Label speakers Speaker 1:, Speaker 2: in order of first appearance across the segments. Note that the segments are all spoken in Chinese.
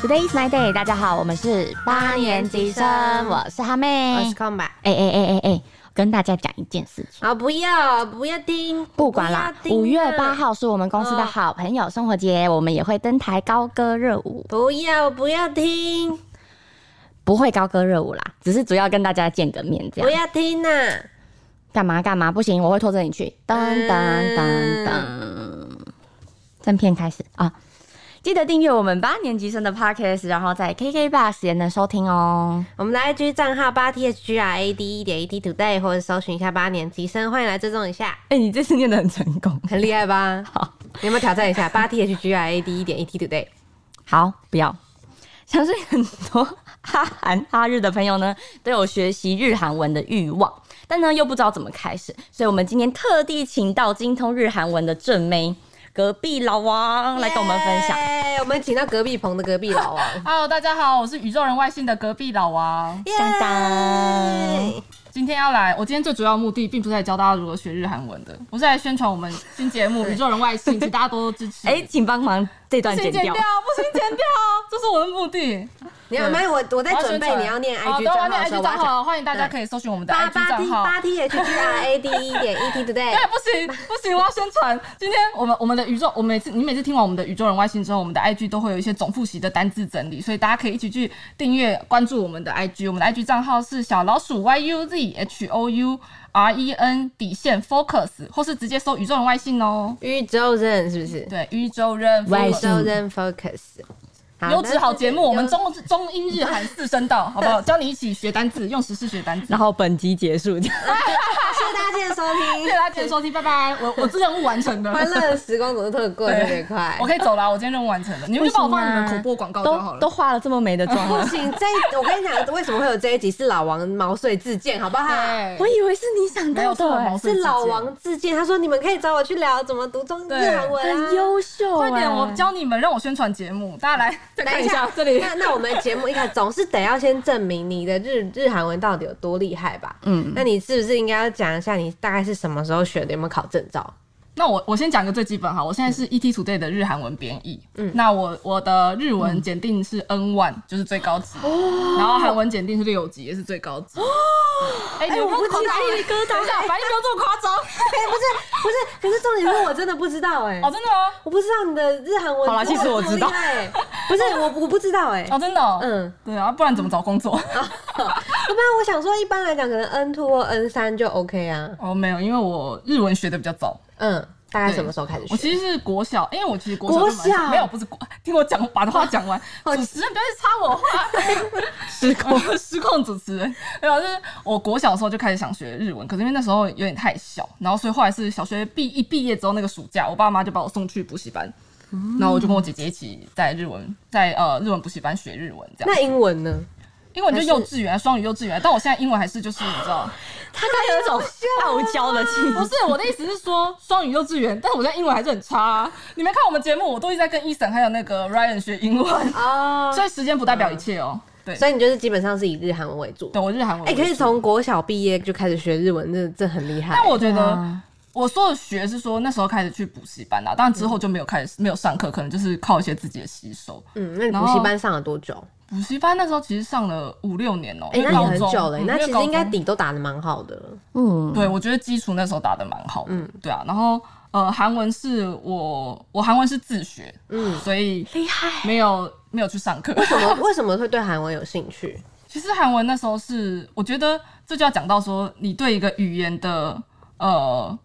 Speaker 1: Today is my day，大家好，我们是
Speaker 2: 八年级生
Speaker 1: 我是哈妹。
Speaker 2: 我是空白
Speaker 1: 哎哎哎哎哎，跟大家讲一件事情，
Speaker 2: 啊！不要不要听，
Speaker 1: 不管啦嗯
Speaker 2: 不，要听
Speaker 1: 五月
Speaker 2: 了
Speaker 1: 八，号是我们公司的好朋友生活节，我们也会登台高歌热舞，
Speaker 2: 不要不要听，
Speaker 1: 不会高歌热舞啦，只是主要跟大家见个面这
Speaker 2: 不
Speaker 1: 样。
Speaker 2: 要听呐、
Speaker 1: 干嘛干嘛不行，我会拖着你去。噔噔噔噔，正片开始啊！记得订阅我们八年级生的 podcast，然后在 KK Bus 也能收听哦。
Speaker 2: 我们的 IG 账号八 T H G R A D 一点一 T today，或者搜寻一下八年级生，欢迎来追踪一下，
Speaker 1: 哎、你这次念的很成功。
Speaker 2: 很厉害吧？
Speaker 1: 好，
Speaker 2: 你有没有挑战一下八 T H G R A D 一点一 T today？
Speaker 1: 好，不要。相信很多哈韩哈日的朋友呢，都有学习日韩文的欲望，但呢又不知道怎么开始，所以我们今天特地请到精通日韩文的正妹隔壁老王来跟我们分享。
Speaker 2: 耶我们请到隔壁棚的隔壁老王，
Speaker 3: Hello，大家好，我是宇宙人外星的隔壁老王。
Speaker 1: 当当
Speaker 2: 耶
Speaker 3: 今天要来，我今天最主要目的并不是来教大家如何学日韩文的，我是来宣传我们新节目《宇宙人外星》，请大家多多支持。
Speaker 1: 哎、请帮忙这
Speaker 3: 不
Speaker 1: 段
Speaker 3: 行
Speaker 1: 剪
Speaker 3: 剪
Speaker 1: 掉
Speaker 3: 掉，。不行剪掉，这是我的目的。
Speaker 2: 你要没我我在
Speaker 3: 我要
Speaker 2: 哎准
Speaker 3: 宣
Speaker 2: 备
Speaker 3: 传
Speaker 2: 你要念
Speaker 3: 哦
Speaker 2: IG
Speaker 3: 对我要
Speaker 2: 账号
Speaker 3: 念
Speaker 2: 的时
Speaker 3: IG
Speaker 2: 候，
Speaker 3: 账
Speaker 2: 我要
Speaker 3: 号，欢迎大家可以搜寻我们的
Speaker 2: 八
Speaker 3: IG
Speaker 2: 八 T
Speaker 3: 账号。
Speaker 2: 八 T H G R A D 一点一 T today
Speaker 3: 对，。不行不行，我要宣传。今天我们我们的宇宙，我每次你每次听完我们的宇宙人外星之后，我们的 IG 都会有一些总复习的单字整理，所以大家可以一起去订阅关注我们的 IG。我们的 IG 账号是小老鼠 YUZ H O U R E N 底线 Focus，或是直接搜宇宙人外星哦。
Speaker 2: 宇宙人是不是？
Speaker 3: 对，宇宙人
Speaker 1: 外
Speaker 2: 宇
Speaker 3: Focus
Speaker 1: 星
Speaker 2: 宙人 focus。好
Speaker 3: 优质好节目，我们
Speaker 2: 优
Speaker 3: 中中英日韩四声道，好不好？教你一起学单字，用时事学单字。
Speaker 1: 然后本集结束，
Speaker 2: 谢谢大家的收
Speaker 3: 谢
Speaker 2: 听
Speaker 3: 谢。大家今天收听，拜拜。我我这任务完成了。
Speaker 2: 欢乐的时光总是特别过得特别快
Speaker 3: 我。可以走了，我今天任务完成了。你们就帮我放你们口播广告就好
Speaker 1: 都
Speaker 3: 了。
Speaker 1: 都画了这么美的妆啊
Speaker 2: 不
Speaker 1: 了，
Speaker 2: 行，这一我跟你讲，为什么会有这一集是老王毛遂自荐，好不好？
Speaker 1: 我
Speaker 3: 对，
Speaker 1: 以为是你想
Speaker 3: 没
Speaker 1: 到
Speaker 3: 有
Speaker 1: 的、
Speaker 3: 错
Speaker 1: 哎
Speaker 3: 毛
Speaker 2: 是老王自荐，他说你们可以找我去聊怎么读中日
Speaker 3: 对
Speaker 2: 韩文啊
Speaker 1: 很。优秀、哎
Speaker 3: 快点，我教你们，让我宣传节目，大家来再
Speaker 2: 等
Speaker 3: 看
Speaker 2: 一
Speaker 3: 一下
Speaker 2: 下，
Speaker 3: 这里。
Speaker 2: 那那我们节目一开始总是得要先证明你的日日韩文到底有多厉害吧？
Speaker 1: 嗯
Speaker 2: 嗯，那你是不是应该要讲一下你大概是什么时候学的，有没有考证照？
Speaker 3: 那我我先讲个最基本哈，我现在是 ET Today 的日韩文编译，嗯，那我我的日文检定是 N one，就是最高级，然后韩文检定是六级，也是最高级。哎，你们
Speaker 2: 我不
Speaker 3: 口
Speaker 2: 知道
Speaker 3: 袋一疙瘩，等一下，反应不要这么夸张。
Speaker 2: 哎、不是不是，可是重点是我真的不知道哎、
Speaker 3: 哦，真的吗？
Speaker 2: 我不知道你的日韩文。
Speaker 1: 好啦其实我知道
Speaker 2: 这么厉害欸。不是 我，我不知道哎、
Speaker 3: 哦，真的哦。
Speaker 2: 嗯，
Speaker 3: 对啊，不然怎么找工作？
Speaker 2: 要不然我想说，一般来讲可能 N two 或 N 三就 OK 啊。
Speaker 3: 哦，没有，因为我日文学的比较早，
Speaker 2: 嗯，大概什么时候开始学？
Speaker 3: 我其实是国小，因为我其实国小就蛮
Speaker 2: 国小
Speaker 3: 没有，不是国，听我讲，把的话讲完。
Speaker 2: 好
Speaker 3: 主持人不要去插我话，失控 失控主持人。没有，就是我国小的时候就开始想学日文，可是因为那时候有点太小，然后所以后来是小学毕一毕业之后那个暑假，我爸妈就把我送去补习班，然后我就跟我姐姐一起在日文在呃日文补习班学日文这样。
Speaker 2: 那英文呢？
Speaker 3: 英文就幼稚园双语幼稚园，但我现在英文还是就是你知道，
Speaker 1: 他刚有一种傲娇的气
Speaker 3: 不
Speaker 1: 质。
Speaker 3: 是我的意思是说双语幼稚园，但我现在英文还是很差、啊。你没看我们节目，我都一直在跟伊森还有那个 Ryan 学英文，
Speaker 2: 哦，
Speaker 3: 所以时间不代表一切哦。对，
Speaker 2: 嗯所以你就是基本上是以日韩文为主。
Speaker 3: 对我日韩文
Speaker 2: 哎、
Speaker 3: 为主，
Speaker 2: 可以从国小毕业就开始学日文，这这很厉害。
Speaker 3: 但我觉得
Speaker 2: 嗯
Speaker 1: 啊
Speaker 3: 我说的学是说那时候开始去补习班啦、当然之后就没有开始没有上课，可能就是靠一些自己的吸收。
Speaker 2: 嗯，那你
Speaker 3: 然
Speaker 2: 补
Speaker 3: 后
Speaker 2: 习班上了多久？
Speaker 3: 补习班那时候其实上了五六年哦、
Speaker 2: 哎、
Speaker 3: 因为
Speaker 2: 那你
Speaker 3: 高
Speaker 2: 很
Speaker 3: 中
Speaker 2: 久了、
Speaker 3: 嗯
Speaker 2: 那
Speaker 3: 因为
Speaker 2: 其
Speaker 3: 高
Speaker 2: 实
Speaker 3: 中
Speaker 2: 应该底都打得蛮好的。
Speaker 1: 嗯，
Speaker 3: 对，我觉得基础那时候打的蛮好的，对啊。然后呃，韩文是我我韩文是自学，嗯，所以
Speaker 1: 厉害。
Speaker 3: 没有没有去上课。
Speaker 2: 为什么 为什么会对韩文有兴趣？
Speaker 3: 其实韩文那时候是，我觉得这就要讲到说，你对一个语言的呃，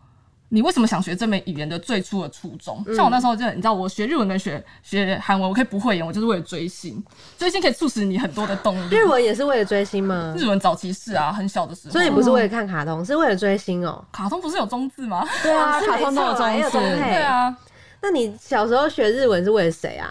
Speaker 3: 你为什么想学这门语言的最初的初衷。
Speaker 1: 嗯
Speaker 3: 像我那时候就，你知道，我学日文跟学学韩文，我可以不会演，我就是为了追星，追星可以促使你很多的动力。
Speaker 2: 日文也是为了追星吗？
Speaker 3: 日文早期是啊，很小的时候，
Speaker 2: 所以不是为了看卡通，是为了追星哦、
Speaker 3: 卡通不是有中字吗？
Speaker 1: 对啊，
Speaker 2: 哦是
Speaker 1: 卡
Speaker 2: 没
Speaker 1: 通都有
Speaker 2: 错啦也
Speaker 1: 中
Speaker 2: 有中配
Speaker 1: 字。
Speaker 3: 对啊，
Speaker 2: 那你小时候学日文是为了谁啊？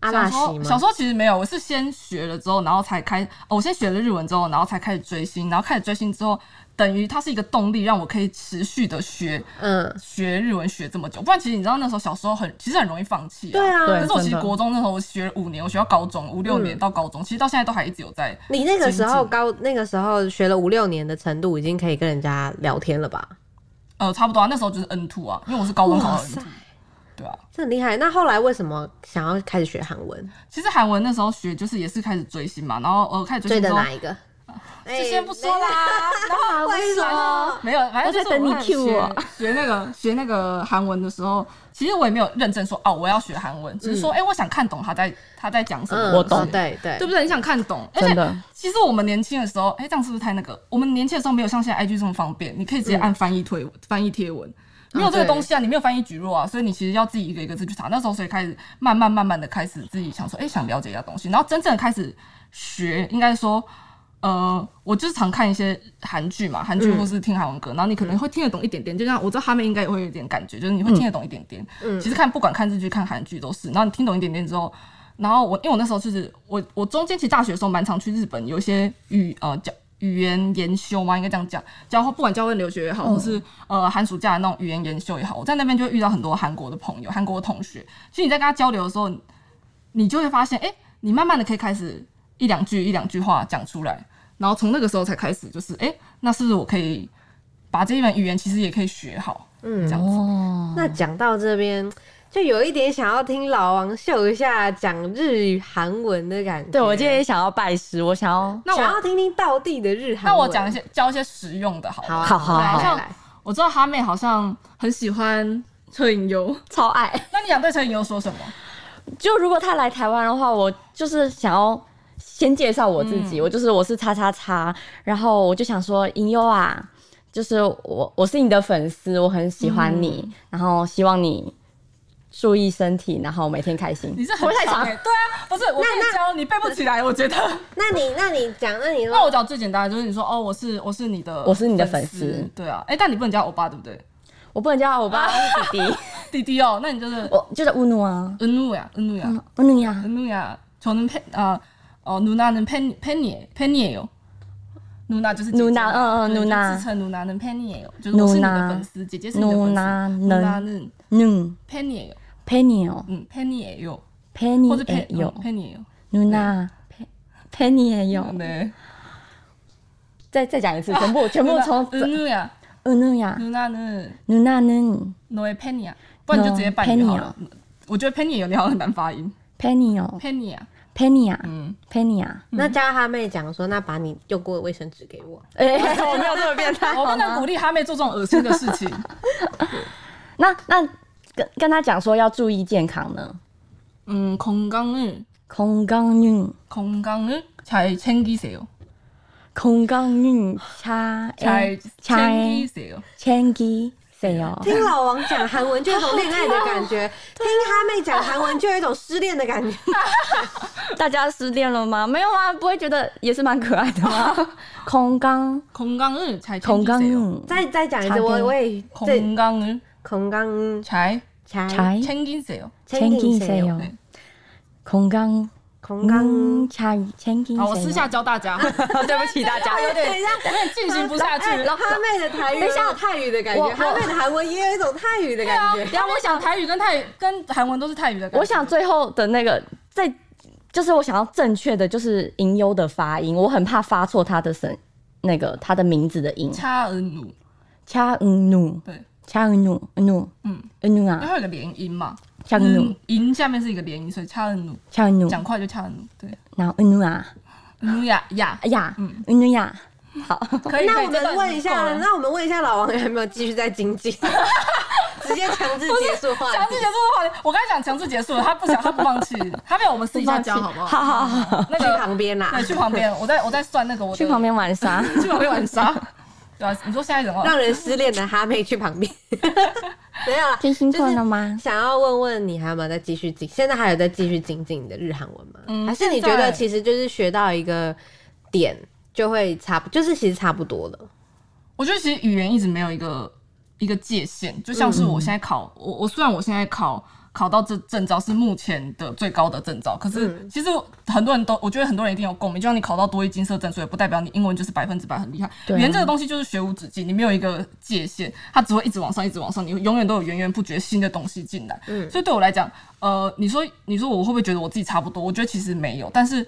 Speaker 2: 阿
Speaker 3: 小
Speaker 2: 拉
Speaker 3: 时
Speaker 2: 西
Speaker 3: 候
Speaker 2: 吗？
Speaker 3: 小时候其实没有，我是先学了之后，然后才开、哦我先学了日文之后，然后才开始追星，然后开始追星之后，等于它是一个动力，让我可以持续的学
Speaker 2: 嗯，
Speaker 3: 学日文学这么久。不然其实你知道那时候小时候很其实很容易放弃、啊。
Speaker 2: 对。啊，
Speaker 1: 对
Speaker 3: 可是我其
Speaker 1: 真
Speaker 3: 实
Speaker 1: 的
Speaker 3: 国中那时候我学了五年，我学到高中五六年到高中，其实到现在都还一直有在。
Speaker 2: 你那个时
Speaker 3: 前
Speaker 2: 候
Speaker 3: 进
Speaker 2: 高，那个时候学了五六年的程度，已经可以跟人家聊天了吧？
Speaker 3: 呃，差不多啊，那时候就是 N two 啊，因为我是高中考到 N two，对啊，
Speaker 2: 这很厉害。那后来为什么想要开始学韩文？
Speaker 3: 其实韩文那时候学就是也是开始追星嘛，然后呃开始
Speaker 2: 追
Speaker 3: 追星
Speaker 2: 的
Speaker 3: 之后
Speaker 2: 哪一个？
Speaker 3: 就先不 说啦。然后
Speaker 2: 哎，为什么？
Speaker 3: 没有，反正就是
Speaker 1: 我在等你
Speaker 3: 看
Speaker 1: cue 我
Speaker 3: 学学那个学那个韩文的时候，其实我也没有认真说哦，我要学韩文，只是说哎、我想看懂他在他在讲什么。
Speaker 1: 我懂
Speaker 2: 嗯对对
Speaker 3: 对不对？你想看懂，而
Speaker 1: 真
Speaker 3: 且
Speaker 1: 的
Speaker 3: 其实我们年轻的时候，哎、这样是不是太那个？我们年轻的时候没有像现在 IG 这么方便，你可以直接按翻译推、翻译贴文，没有这个
Speaker 2: 对
Speaker 3: 东西啊，你没有翻译举弱啊，所以你其实要自己一个一个字去查。那时候所以开始慢慢慢慢的开始自己想说，哎、想了解一下东西，然后真正地开始学，应该说。呃，我就是常看一些韩剧嘛，韩剧或是听韩文歌，然后你可能会听得懂一点点，就像我知道他们应该也会有一点感觉，就是你会听得懂一点点。其实看不管看日剧、看韩剧都是，然后你听懂一点点之后，然后我因为我那时候就是我我中间其实大学的时候蛮常去日本，有一些语呃教语言研修嘛，应该这样讲，交换不管交换留学也好，或是呃寒暑假的那种语言研修也好，我在那边就会遇到很多韩国的朋友、韩国的同学。其实你在跟他交流的时候，你就会发现，哎、你慢慢的可以开始一两句一两句话讲出来，然后从那个时候才开始，就是哎、诶那是不是我可以把这一门语言其实也可以学好？嗯，这样子。
Speaker 1: 哦，
Speaker 2: 那讲到这边，就有一点想要听老王秀一下讲日语韩文的感觉。
Speaker 1: 对我今天也想要拜师，我想要
Speaker 3: 那
Speaker 2: 想
Speaker 3: 我
Speaker 2: 要听听道地的日韩
Speaker 3: 那
Speaker 2: 文。
Speaker 3: 我讲一些教一些实用的好了，
Speaker 2: 好啊
Speaker 1: 好好
Speaker 2: 来
Speaker 1: 好
Speaker 2: 来
Speaker 3: 像
Speaker 2: 来
Speaker 3: 我知道哈妹好像很喜欢车影优，
Speaker 1: 超爱。
Speaker 3: 那你想对车影优说什么？
Speaker 1: 就如果他来台湾的话，我就是想要先介绍我自己，
Speaker 3: 嗯
Speaker 1: 我就是我是叉叉叉，然后我就想说，银优啊，就是我我是你的粉丝，我很喜欢你，
Speaker 3: 嗯
Speaker 1: 然后希望你注意身体，然后每天开心。
Speaker 3: 你是
Speaker 1: 会
Speaker 3: 很
Speaker 1: 不会太
Speaker 3: 强
Speaker 1: 长
Speaker 3: 欸，对啊，不是我跟你教你背不起来，我觉得。
Speaker 2: 那你那你讲，那你
Speaker 3: 那
Speaker 2: 说
Speaker 3: 我讲最简单的就是你说哦，我是我是你的，
Speaker 1: 我是你的粉丝
Speaker 3: 丝，对啊，哎，但你不能叫欧巴，对不对？
Speaker 1: 我不能叫我爸弟弟，
Speaker 3: 弟弟哦，那你就是
Speaker 1: 我就是乌努啊，
Speaker 3: 恩努呀，恩努呀，
Speaker 1: 乌努呀，
Speaker 3: 恩努呀，저는팬아어누나는팬팬이에요팬이에요 누나就是姐姐
Speaker 1: 누나
Speaker 3: 嘛
Speaker 1: 嗯嗯
Speaker 3: 对
Speaker 1: 누나
Speaker 3: 就自称누나그는팬이에요，就是我是你的粉丝，姐姐是你的
Speaker 1: 누
Speaker 3: 粉丝。
Speaker 1: 나는
Speaker 3: 누나는
Speaker 1: 嗯
Speaker 3: 팬이에요，
Speaker 1: 陪你哦，
Speaker 3: 嗯，팬이에요，
Speaker 1: 陪
Speaker 3: 或
Speaker 1: 你
Speaker 3: 哦者
Speaker 1: 也
Speaker 3: 팬 어,
Speaker 1: 有，
Speaker 3: 팬이에요。
Speaker 1: 努娜陪陪你也有，
Speaker 3: 네，
Speaker 1: 再再讲一次，全部全部 从
Speaker 3: 누누야，
Speaker 1: 乌努呀，
Speaker 3: 누나는
Speaker 1: 努娜呢，
Speaker 3: 너의팬이야，不然你就直接扮演好了。我觉得 Penny 有点好像很难发音
Speaker 1: 陪你哦，
Speaker 3: ，Penny 啊，
Speaker 1: 陪你呀，
Speaker 3: 嗯，
Speaker 1: 陪你呀。
Speaker 2: 那叫他妹讲说，那把你用过的卫生纸给我。
Speaker 1: 哎、我没有这么变 态，
Speaker 3: 我不能鼓励哈妹做这种恶心的事情。
Speaker 1: 那那跟跟他讲说要注意健康呢，
Speaker 3: 嗯， 음, 건강을
Speaker 1: 空刚运，
Speaker 3: 건강을잘챙기세요，
Speaker 1: 空刚运，差
Speaker 3: 잘챙기세요。
Speaker 1: 千机谁哦？
Speaker 2: 听老王讲韩文，就有一种恋爱的感觉；听哈妹讲韩文，就有一种失恋的感 觉。
Speaker 1: 大家失恋了吗？没有啊，不会觉得也是蛮可爱的吗？ 空刚
Speaker 3: 건강을잘챙
Speaker 1: 空
Speaker 3: 기세
Speaker 1: 刚
Speaker 3: 요，
Speaker 1: 运，
Speaker 2: 再再讲一次，
Speaker 1: 长篇
Speaker 2: 我我也这
Speaker 3: 건강을
Speaker 2: 空刚
Speaker 3: 잘
Speaker 2: 才
Speaker 1: 才
Speaker 3: 챙기세요。
Speaker 1: 哦千机谁哦
Speaker 3: 对？
Speaker 1: 空刚
Speaker 2: 空刚
Speaker 1: 刚差千机谁
Speaker 3: 好，我私下
Speaker 1: 哦？
Speaker 3: 教大家，对不起大家，有点有点进行不下去。
Speaker 2: 哎哈妹的台语有一种泰语的感
Speaker 1: 我
Speaker 2: 觉，
Speaker 1: 我
Speaker 2: 哈妹的韩文也有一种泰语的
Speaker 3: 对啊
Speaker 2: 感，觉。
Speaker 3: 然后我想台语跟泰跟韩文都是泰语的感觉。
Speaker 1: 我想最后的那个在。就是我想要正确的，就是音优的发音，我很怕发错他的声，那个他的名字的音。
Speaker 3: 差恩努，
Speaker 1: 恰嗯努，
Speaker 3: 对，
Speaker 1: 恰嗯努嗯努
Speaker 3: 嗯，
Speaker 1: 嗯努
Speaker 3: 因为
Speaker 1: 啊，
Speaker 3: 它有个连音嘛，
Speaker 1: 恰嗯努
Speaker 3: 嗯，音下面是一个连音，所以差恩努，
Speaker 1: 恰嗯努，
Speaker 3: 讲快就差恩努，对，
Speaker 1: 然后嗯努啊
Speaker 3: 努呀呀，
Speaker 1: 呀，
Speaker 3: 嗯
Speaker 1: 嗯努呀，好，
Speaker 3: 可以。
Speaker 2: 那
Speaker 3: 可以
Speaker 2: 我
Speaker 3: 这
Speaker 2: 们
Speaker 3: 段已
Speaker 2: 问
Speaker 3: 经
Speaker 2: 一
Speaker 3: 够
Speaker 2: 下，
Speaker 3: 了
Speaker 2: 啊那我们问一下老王有没有继续在经 济，直接强制结束话
Speaker 3: 强
Speaker 2: 题
Speaker 3: 制。结束的话题，我刚才讲强制结束了，他不想，他不放弃，他没有我们私底下讲好不 好？
Speaker 1: 好好好，
Speaker 3: 那
Speaker 2: 去
Speaker 3: 个
Speaker 2: 旁边啦
Speaker 3: 对，，去旁边，我在我在算那个我的
Speaker 1: 去旁边玩沙，
Speaker 3: 去旁边玩沙。对啊，你说现在怎么？
Speaker 2: 让人失恋的哈妹去旁 边。没有啦，
Speaker 1: 天星
Speaker 2: 就
Speaker 1: 座
Speaker 2: 是
Speaker 1: 了吗？
Speaker 2: 想要问问你还有没有在继续精？现在还有在继续精进你的日韩文吗？
Speaker 3: 嗯
Speaker 2: 还是你
Speaker 3: 现
Speaker 2: 觉
Speaker 3: 在
Speaker 2: 得其实就是学到一个点就会差不，就是其实差不多了。
Speaker 3: 我觉得其实语言一直没有一个一个界限，就像
Speaker 1: 嗯
Speaker 3: 是我现在考，我我虽然我现在考考到这证照是目前的最高的证照，可
Speaker 1: 嗯
Speaker 3: 是其实很多人都，我觉得很多人一定有共鸣，就像你考到多一金色证书，也不代表你英文就是百分之百很厉害。
Speaker 1: 对啊
Speaker 3: 语言这个东西就是学无止境，你没有一个界限，它只会一直往上，一直往上，你永远都有源源不绝新的东西进来。所以对我来讲，呃，你说你说我会不会觉得我自己差不多？我觉得其实没有，但是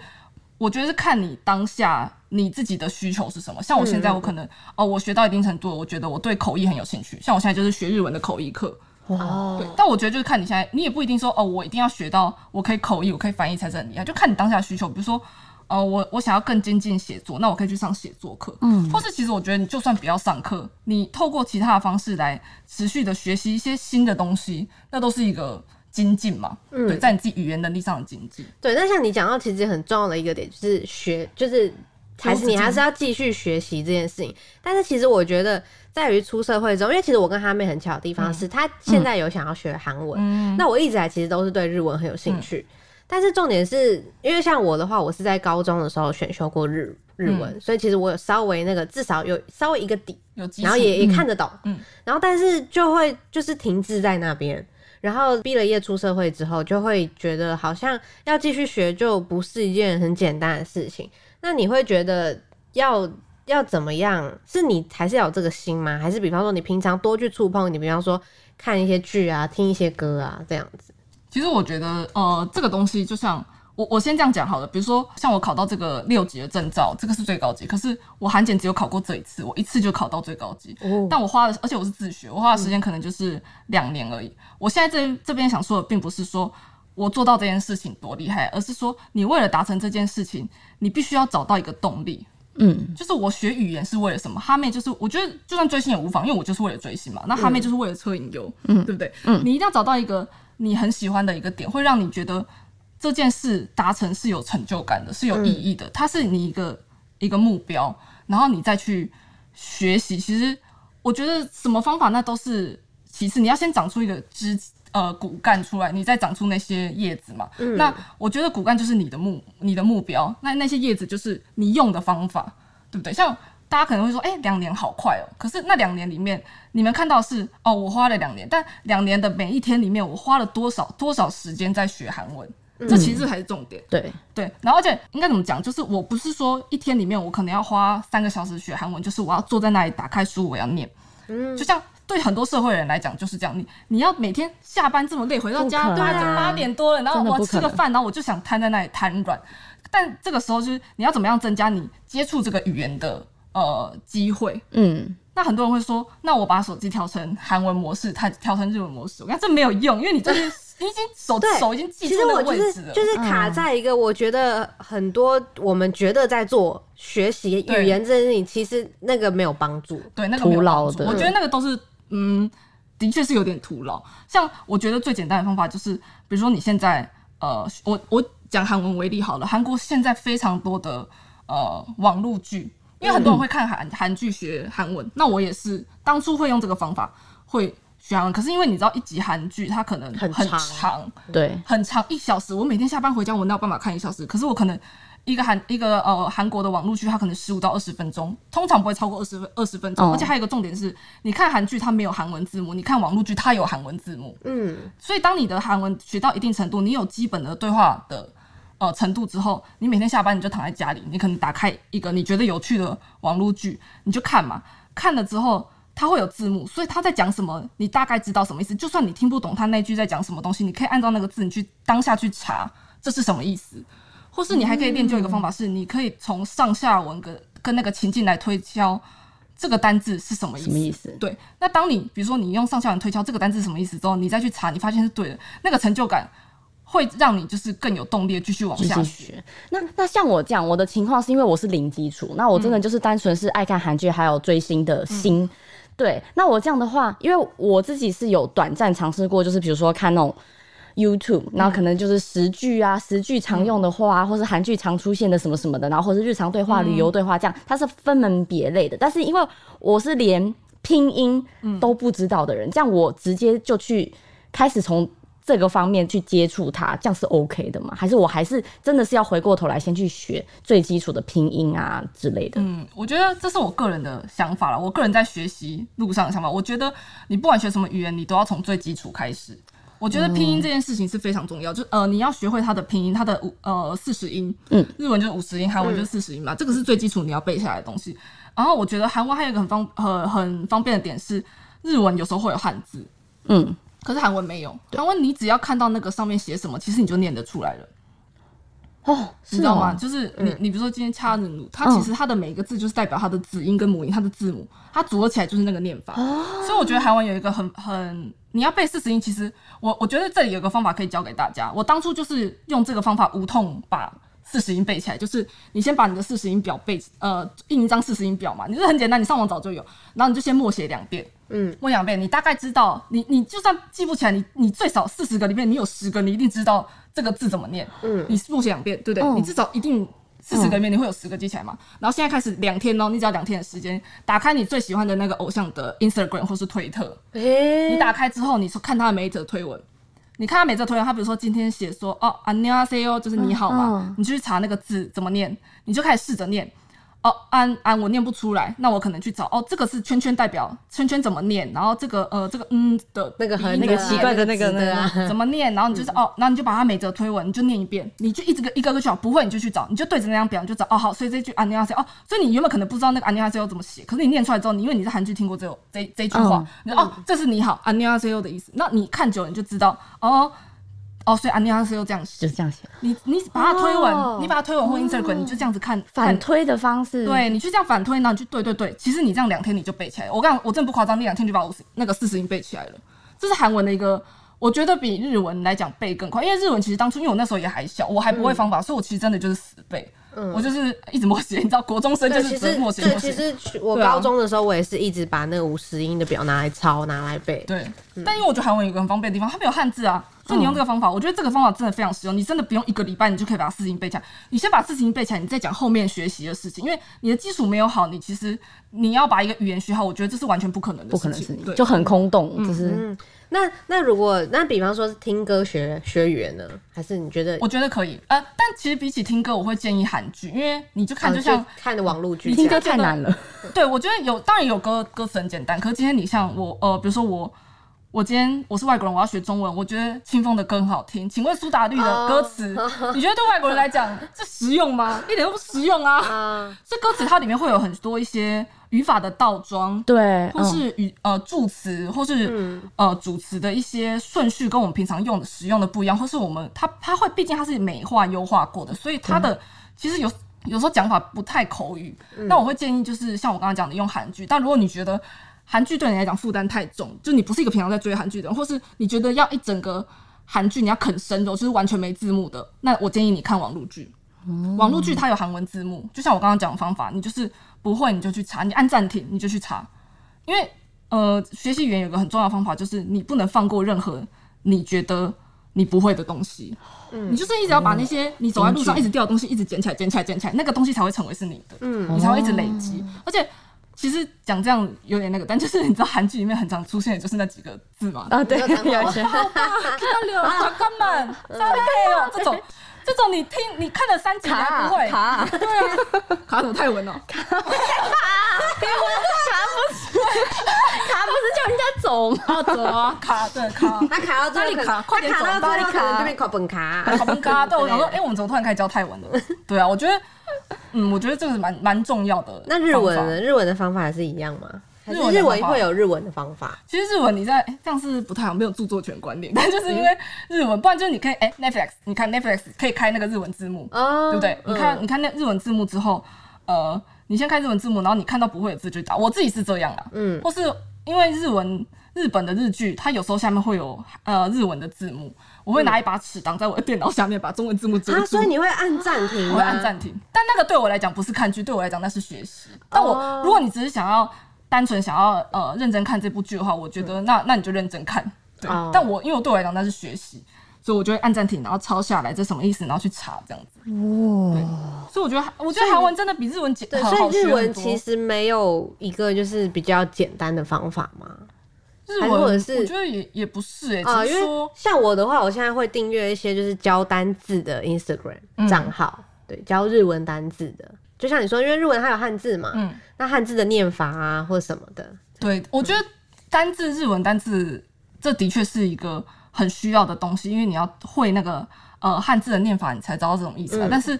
Speaker 3: 我觉得是看你当下你自己的需求是什么。像我现在，我可能、哦，我学到一定程度了，我觉得我对口译很有兴趣。像我现在就是学日文的口译课，
Speaker 1: 哦，
Speaker 3: 对，但我觉得就是看你现在，你也不一定说哦，我一定要学到，我可以口译，我可以翻译才是很厉害，就看你当下的需求。比如说，呃，我我想要更精进写作，那我可以去上写作课，嗯，或是其实我觉得你就算不要上课，你透过其他的方式来持续的学习一些新的东西，那都是一个精进嘛，
Speaker 2: 嗯
Speaker 3: 对，在你自己语言能力上的精进。
Speaker 2: 对，那像你讲到，其实很重要的一个点就是学，就是还是你还是要继续学习这件事情。但是其实我觉得，在于出社会中，因为其实我跟哈妹很巧的地方是，她现在有想要学韩文，
Speaker 3: 嗯
Speaker 2: 那我一直以来其实都是对日文很有兴趣。但是重点是因为像我的话，我是在高中的时候选修过日日文，所以其实我有稍微那个至少有稍微一个底，
Speaker 3: 有基础
Speaker 2: 然后也也看得懂，
Speaker 3: 嗯嗯
Speaker 2: 然后但是就会就是停滞在那边。然后毕了业出社会之后，就会觉得好像要继续学就不是一件很简单的事情。那你会觉得要要怎么样？是你还是要有这个心吗？还是比方说你平常多去触碰，你比方说看一些剧啊、听一些歌啊这样子？
Speaker 3: 其实我觉得，呃，这个东西就像我我先这样讲好了。比如说，像我考到这个六级的证照，这个是最高级，可是我韩检只有考过这一次，我一次就考到最高级。
Speaker 2: 哦
Speaker 3: 但我花的，而且我是自学，我花的时间可能就是两年而已。我现在这这边想说的，并不是说。我做到这件事情多厉害，而是说你为了达成这件事情，你必须要找到一个动力，
Speaker 1: 嗯，
Speaker 3: 就是我学语言是为了什么？哈妹就是我觉得就算追星也无妨，因为我就是为了追星嘛。那哈妹就是为了车影优，嗯，对不对？嗯，你一定要找到一个你很喜欢的一个点，会让你觉得这件事达成是有成就感的，是有意义的，它是你一个一个目标，然后你再去学习。其实我觉得什么方法那都是其次，你要先长出一个枝呃骨干出来，你再长出那些叶子嘛。那我觉得骨干就是你的目你的目标，那那些叶子就是你用的方法，对不对？像大家可能会说，哎、两年好快哦。可是那两年里面，你们看到的是哦，我花了两年，但两年的每一天里面，我花了多少多少时间在学韩文？这其实才是重点。
Speaker 1: 对，
Speaker 3: 对，然后而且应该怎么讲，就是我不是说一天里面我可能要花三个小时学韩文，就是我要坐在那里打开书，我要念。
Speaker 2: 嗯
Speaker 3: 就像对很多社会人来讲就是这样，你你要每天下班这么累回到
Speaker 1: 不
Speaker 3: 家，
Speaker 1: 可
Speaker 3: 对啊，
Speaker 1: 能
Speaker 3: 就八点多了，然后
Speaker 1: 真的
Speaker 3: 我
Speaker 1: 不
Speaker 3: 吃
Speaker 1: 可
Speaker 3: 个
Speaker 1: 能
Speaker 3: 饭，然后我就想瘫在那里瘫软。但这个时候就是你要怎么样增加你接触这个语言的呃机会？
Speaker 1: 嗯，
Speaker 3: 那很多人会说，那我把手机调成韩文模式，它调成日文模式，我看这没有用，因为你就是你已经手
Speaker 2: 对
Speaker 3: 手已经记
Speaker 2: 其
Speaker 3: 住
Speaker 2: 实
Speaker 3: 那
Speaker 2: 我
Speaker 3: 个
Speaker 2: 就
Speaker 3: 位
Speaker 2: 是
Speaker 3: 置了，嗯
Speaker 2: 就是卡在一个，我觉得很多我们觉得在做学习
Speaker 3: 对
Speaker 2: 语言这件事情，其实那个没有帮助。
Speaker 3: 对，那个没有
Speaker 1: 徒劳
Speaker 3: 帮助
Speaker 1: 的
Speaker 3: 我觉得那个都是，嗯，的确是有点徒劳。像我觉得最简单的方法就是，比如说你现在，呃，我我讲韩文为例好了，韩国现在非常多的呃网络剧，因为很
Speaker 1: 嗯
Speaker 3: 多人会看韩韩剧学韩文，那我也是当初会用这个方法会学韩文，可是因为你知道一集韩剧它可能
Speaker 2: 很
Speaker 3: 很
Speaker 2: 长
Speaker 3: 长
Speaker 1: 对，
Speaker 3: 很长一小时，我每天下班回家我哪有办法看一小时？可是我可能一个韩一个呃韩国的网络剧，它可能十五到二十分钟，通常不会超过二十分二十分钟。
Speaker 1: 哦
Speaker 3: 而且还有一个重点是，你看韩剧它没有韩文字幕，你看网络剧它有韩文字幕。
Speaker 2: 嗯，
Speaker 3: 所以当你的韩文学到一定程度，你有基本的对话的呃程度之后，你每天下班你就躺在家里，你可能打开一个你觉得有趣的网络剧，你就看嘛。看了之后，它会有字幕，所以他在讲什么，你大概知道什么意思。就算你听不懂他那句在讲什么东西，你可以按照那个字，你去当下去查这是什么意思。或是你还可以练就一个方法，是你可以从上下文跟跟那个情境来推敲这个单字是什么意
Speaker 1: 什么
Speaker 3: 思
Speaker 1: 意。思？
Speaker 3: 对，那当你比如说你用上下文推敲这个单字是什么意思之后，你再去查，你发现是对的，那个成就感会让你就是更有动力地继续往
Speaker 1: 继
Speaker 3: 下
Speaker 1: 续
Speaker 3: 学。
Speaker 1: 学。那那像我这样，我的情况是因为我是零基础，那我真的就是单纯是爱看韩剧，还有追星的心。对，那我这样的话，因为我自己是有短暂尝试过，就是比如说看那种 YouTube，然后可能就是十句啊，十句常用的话、啊，或是韩剧常出现的什么什么的，然后或是日常对话、旅游对话这样，它是分门别类的。但是因为我是连拼音都不知道的人，这样我直接就去开始从。这个方面去接触它，这样是 OK 的吗？还是我还是真的是要回过头来先去学最基础的拼音啊之类的？
Speaker 3: 嗯，我觉得这是我个人的想法了，我个人在学习路上的想法。我觉得你不管学什么语言，你都要从最基础开始。我
Speaker 1: 哦
Speaker 3: 觉得拼音这件事情是非常重要，就呃，你要学会它的拼音，它的五呃四十音，
Speaker 1: 嗯，
Speaker 3: 日文就是五十音，韩文就是四十音嘛，这个是最基础你要背下来的东西。然后我觉得韩文还有一个很方很很方便的点是，日文有时候会有汉字，
Speaker 1: 嗯，
Speaker 3: 可是韩文没有，韩文你只要看到那个上面写什么，其实你就念得出来了，
Speaker 1: 哦，
Speaker 3: 你
Speaker 1: 是
Speaker 3: 知道吗？
Speaker 1: 哦，嗯
Speaker 3: 就是你，你比如说今天恰努努，它其实它的每一个字就是代表它的
Speaker 1: 哦
Speaker 3: 子音跟母音，它的字母，它组合起来就是那个念法。所以我觉得韩文有一个很很你要背四十音，其实我我觉得这里有个方法可以教给大家。我当初就是用这个方法无痛把四十音背起来，就是你先把你的四十音表背，呃，印一张四十音表嘛，你这很简单，你上网找就有，然后你就先默写两遍。
Speaker 2: 嗯，
Speaker 3: 默两遍，你大概知道，你你就算记不起来，你你最少四十个里面，你有十个你一定知道这个字怎么念。
Speaker 2: 嗯
Speaker 3: 你默写两遍，对不对？
Speaker 1: 嗯
Speaker 3: 你至少一定四十个里面你会有十个记起来嘛。然后现在开始两天哦，你只要两天的时间，打开你最喜欢的那个偶像的 Instagram 或是推特，
Speaker 2: 诶、
Speaker 3: 你打开之后，你说看他的每一则推文。你看他每则推文，他比如说今天写说哦안녕하세요，就是你好嘛，
Speaker 1: 嗯
Speaker 3: 你就去查那个字怎么念，你就开始试着念。哦安安我念不出来，那我可能去找哦这个是圈圈代表圈圈怎么念，然后这个呃这个嗯的
Speaker 2: 那个很
Speaker 3: 鼻音
Speaker 1: 那个
Speaker 3: 的
Speaker 1: 奇怪的那个
Speaker 2: 那个
Speaker 1: 那
Speaker 2: 啊
Speaker 3: 怎么念，然后你就是、
Speaker 1: 嗯
Speaker 3: 哦，然后你就把它每则推文你就念一遍，你就一直个一个个去找，不会你就去找，你就对着那张表你就找哦好，所以这句安妮亚塞哦，所以你原本可能不知道那个安妮亚塞怎么写，可是你念出来之后，你因为你在韩剧听过这这这句
Speaker 1: 嗯
Speaker 3: 话，你就哦这是你好安妮亚塞的意思，那你看久了你就知道哦哦，所以安妮亚塞这样
Speaker 1: 就
Speaker 3: 写，
Speaker 1: 是这样写，
Speaker 3: 你你把它推文，
Speaker 2: 哦
Speaker 3: 你把它推文或 Instagram，、你就这样子看
Speaker 1: 反
Speaker 3: 看
Speaker 1: 推的方式，，
Speaker 3: 对你去这样反推，然后你去对对对，其实你这样两天你就背起来了。我刚我真的不夸张，你两天就把五十那个四十音背起来了。这是韩文的一个，我觉得比日文来讲背更快，因为日文其实当初因为我那时候也还小，我还不会方法，所以我其实真的就是死背，我就是一直默写，你知道国中生就
Speaker 2: 嗯对，
Speaker 3: 是
Speaker 2: 其
Speaker 3: 只
Speaker 2: 实
Speaker 3: 能默写
Speaker 2: 对，
Speaker 3: 默
Speaker 2: 其
Speaker 3: 写。
Speaker 2: 实我
Speaker 3: 对啊
Speaker 2: 高中的时候，我也是一直把那个五十音的表拿来抄，拿来背。
Speaker 3: 对，
Speaker 1: 嗯
Speaker 3: 但因为我觉得韩文有一个很方便的地方，它没有汉字啊，所以你用这个方法，我觉得这个方法真的非常实用。你真的不用一个礼拜，你就可以把事情背起来。你先把事情背起来，你再讲后面学习的事情，因为你的基础没有好，你其实你要把一个语言学好，我觉得这是完全不可能的
Speaker 1: 不
Speaker 3: 事情。
Speaker 1: 可能是你
Speaker 3: 对，
Speaker 1: 就很空洞，就是
Speaker 2: 嗯，那那如果那比方说是听歌学学语言呢，还是你觉得
Speaker 3: 我觉得可以，呃，但其实比起听歌，我会建议韩剧，因为你就
Speaker 1: 啊
Speaker 3: 看，就像、
Speaker 2: 哦看的网络剧
Speaker 1: 你
Speaker 2: 这
Speaker 1: 听
Speaker 2: 样，
Speaker 1: 歌太难了，
Speaker 3: 对我觉得有，当然有歌歌词很简单，可是今天你像我，呃，比如说我，我今天我是外国人，我要学中文，我觉得清风的歌很好听，请问苏打绿的歌词你觉得对外国人来讲这实用吗？一点都不实用啊！
Speaker 2: 啊，
Speaker 3: 这歌词它里面会有很多一些语法的倒装，
Speaker 1: 对，嗯
Speaker 3: 或是语呃助词，或是、呃主词的一些顺序跟我们平常用的使用的不一样，或是我们它它会，毕竟它是美化优化过的，所以它的其实有有时候讲法不太口语。那我会建议就是像我刚刚讲的用韩剧，但如果你觉得韩剧对你来讲负担太重，就你不是一个平常在追韩剧的人，或是你觉得要一整个韩剧你要啃生肉，就是完全没字幕的，那我建议你看网络剧。网络剧它有韩文字幕，就像我刚刚讲的方法，你就是不会你就去查，你按暂停你就去查，因为呃，学习语言有个很重要的方法，就是你不能放过任何你觉得你不会的东西。嗯，你就是一直要把那些你走在路上一直掉的东西一直捡起来、捡起来、捡起来，那个东西才会成为是你的，
Speaker 2: 嗯
Speaker 3: 你才会一直累积。而且其实讲这样有点那个，但就是你知道韩剧里面很常出现的就是那几个 字嘛，
Speaker 1: 啊，对，
Speaker 2: 你要
Speaker 1: 有
Speaker 2: 讲
Speaker 1: 些
Speaker 3: 看了잠깐만짜리요 这种。这种你听你看了三集你还
Speaker 1: 卡
Speaker 3: 不会，
Speaker 1: 卡，
Speaker 3: 卡什么泰文哦？
Speaker 1: 卡不是叫人家走吗？
Speaker 3: 卡走啊，卡对卡，
Speaker 2: 他卡到这里
Speaker 3: 哪里卡快点
Speaker 2: 卡
Speaker 3: 走
Speaker 2: 到这里
Speaker 3: 哪
Speaker 2: 可
Speaker 3: 里
Speaker 2: 能
Speaker 3: 卡
Speaker 2: 就变考本卡，
Speaker 3: 好尴 尬。对，我想说，哎、我们怎么突然开始教泰文了？对啊，我觉得，嗯，我觉得这个蛮蛮重要的。
Speaker 2: 那日文呢？？日文的方法还是一样吗？还是
Speaker 3: 日文
Speaker 2: 日
Speaker 3: 的方法
Speaker 2: 文会有日文的方法？
Speaker 3: 其实日文你在、哎这样是不太好，没有著作权观念， 但就是因为
Speaker 2: 嗯
Speaker 3: 日文，不然就是你可以哎、Netflix，你看 Netflix 可以开那个日文字幕，
Speaker 2: 哦
Speaker 3: 对不对？你看你看那日文字幕之后，呃，你先看日文字幕，然后你看到不会的字就打。我自己是这样啊，
Speaker 2: 嗯
Speaker 3: 或是因为日文日本的日剧，它有时候下面会有呃日文的字幕，我会拿一把尺挡在我的电脑下面，把中文字幕遮住。
Speaker 2: 嗯啊，所以你会按暂停吗，
Speaker 3: 我会按暂停。但那个对我来讲不是看剧，对我来讲那是学习。但我、
Speaker 2: 哦
Speaker 3: 如果你只是想要单纯想要呃认真看这部剧的话，我觉得那那你就认真看。对，
Speaker 2: 哦
Speaker 3: 但我因为我对我来讲那是学习，所以我就会按暂停，然后抄下来这什么意思，然后去查这样子。哦，所以我觉得我觉得韩文真的比日文简，
Speaker 2: 对，
Speaker 3: 好
Speaker 2: 所
Speaker 3: 好
Speaker 2: 以
Speaker 3: 学
Speaker 2: 日文
Speaker 3: 很多。
Speaker 2: 其实没有一个就是比较简单的方法嘛。
Speaker 3: 日
Speaker 2: 还
Speaker 3: 文
Speaker 2: 是或者是
Speaker 3: 我觉得也也不是哎、
Speaker 2: 啊、
Speaker 3: 只
Speaker 2: 因
Speaker 3: 是
Speaker 2: 为
Speaker 3: 说
Speaker 2: 像我的话，我现在会订阅一些就是教单字的 Instagram
Speaker 3: 嗯
Speaker 2: 账号，对，教日文单字的。就像你说，因为日文它有汉字嘛，
Speaker 3: 嗯
Speaker 2: 那汉字的念法啊或什么的，
Speaker 3: 对，我觉得单字日文单字，这的确是一个很需要的东西，因为你要会那个呃汉字的念法，你才知道这种意思、啊。
Speaker 2: 嗯
Speaker 3: 但是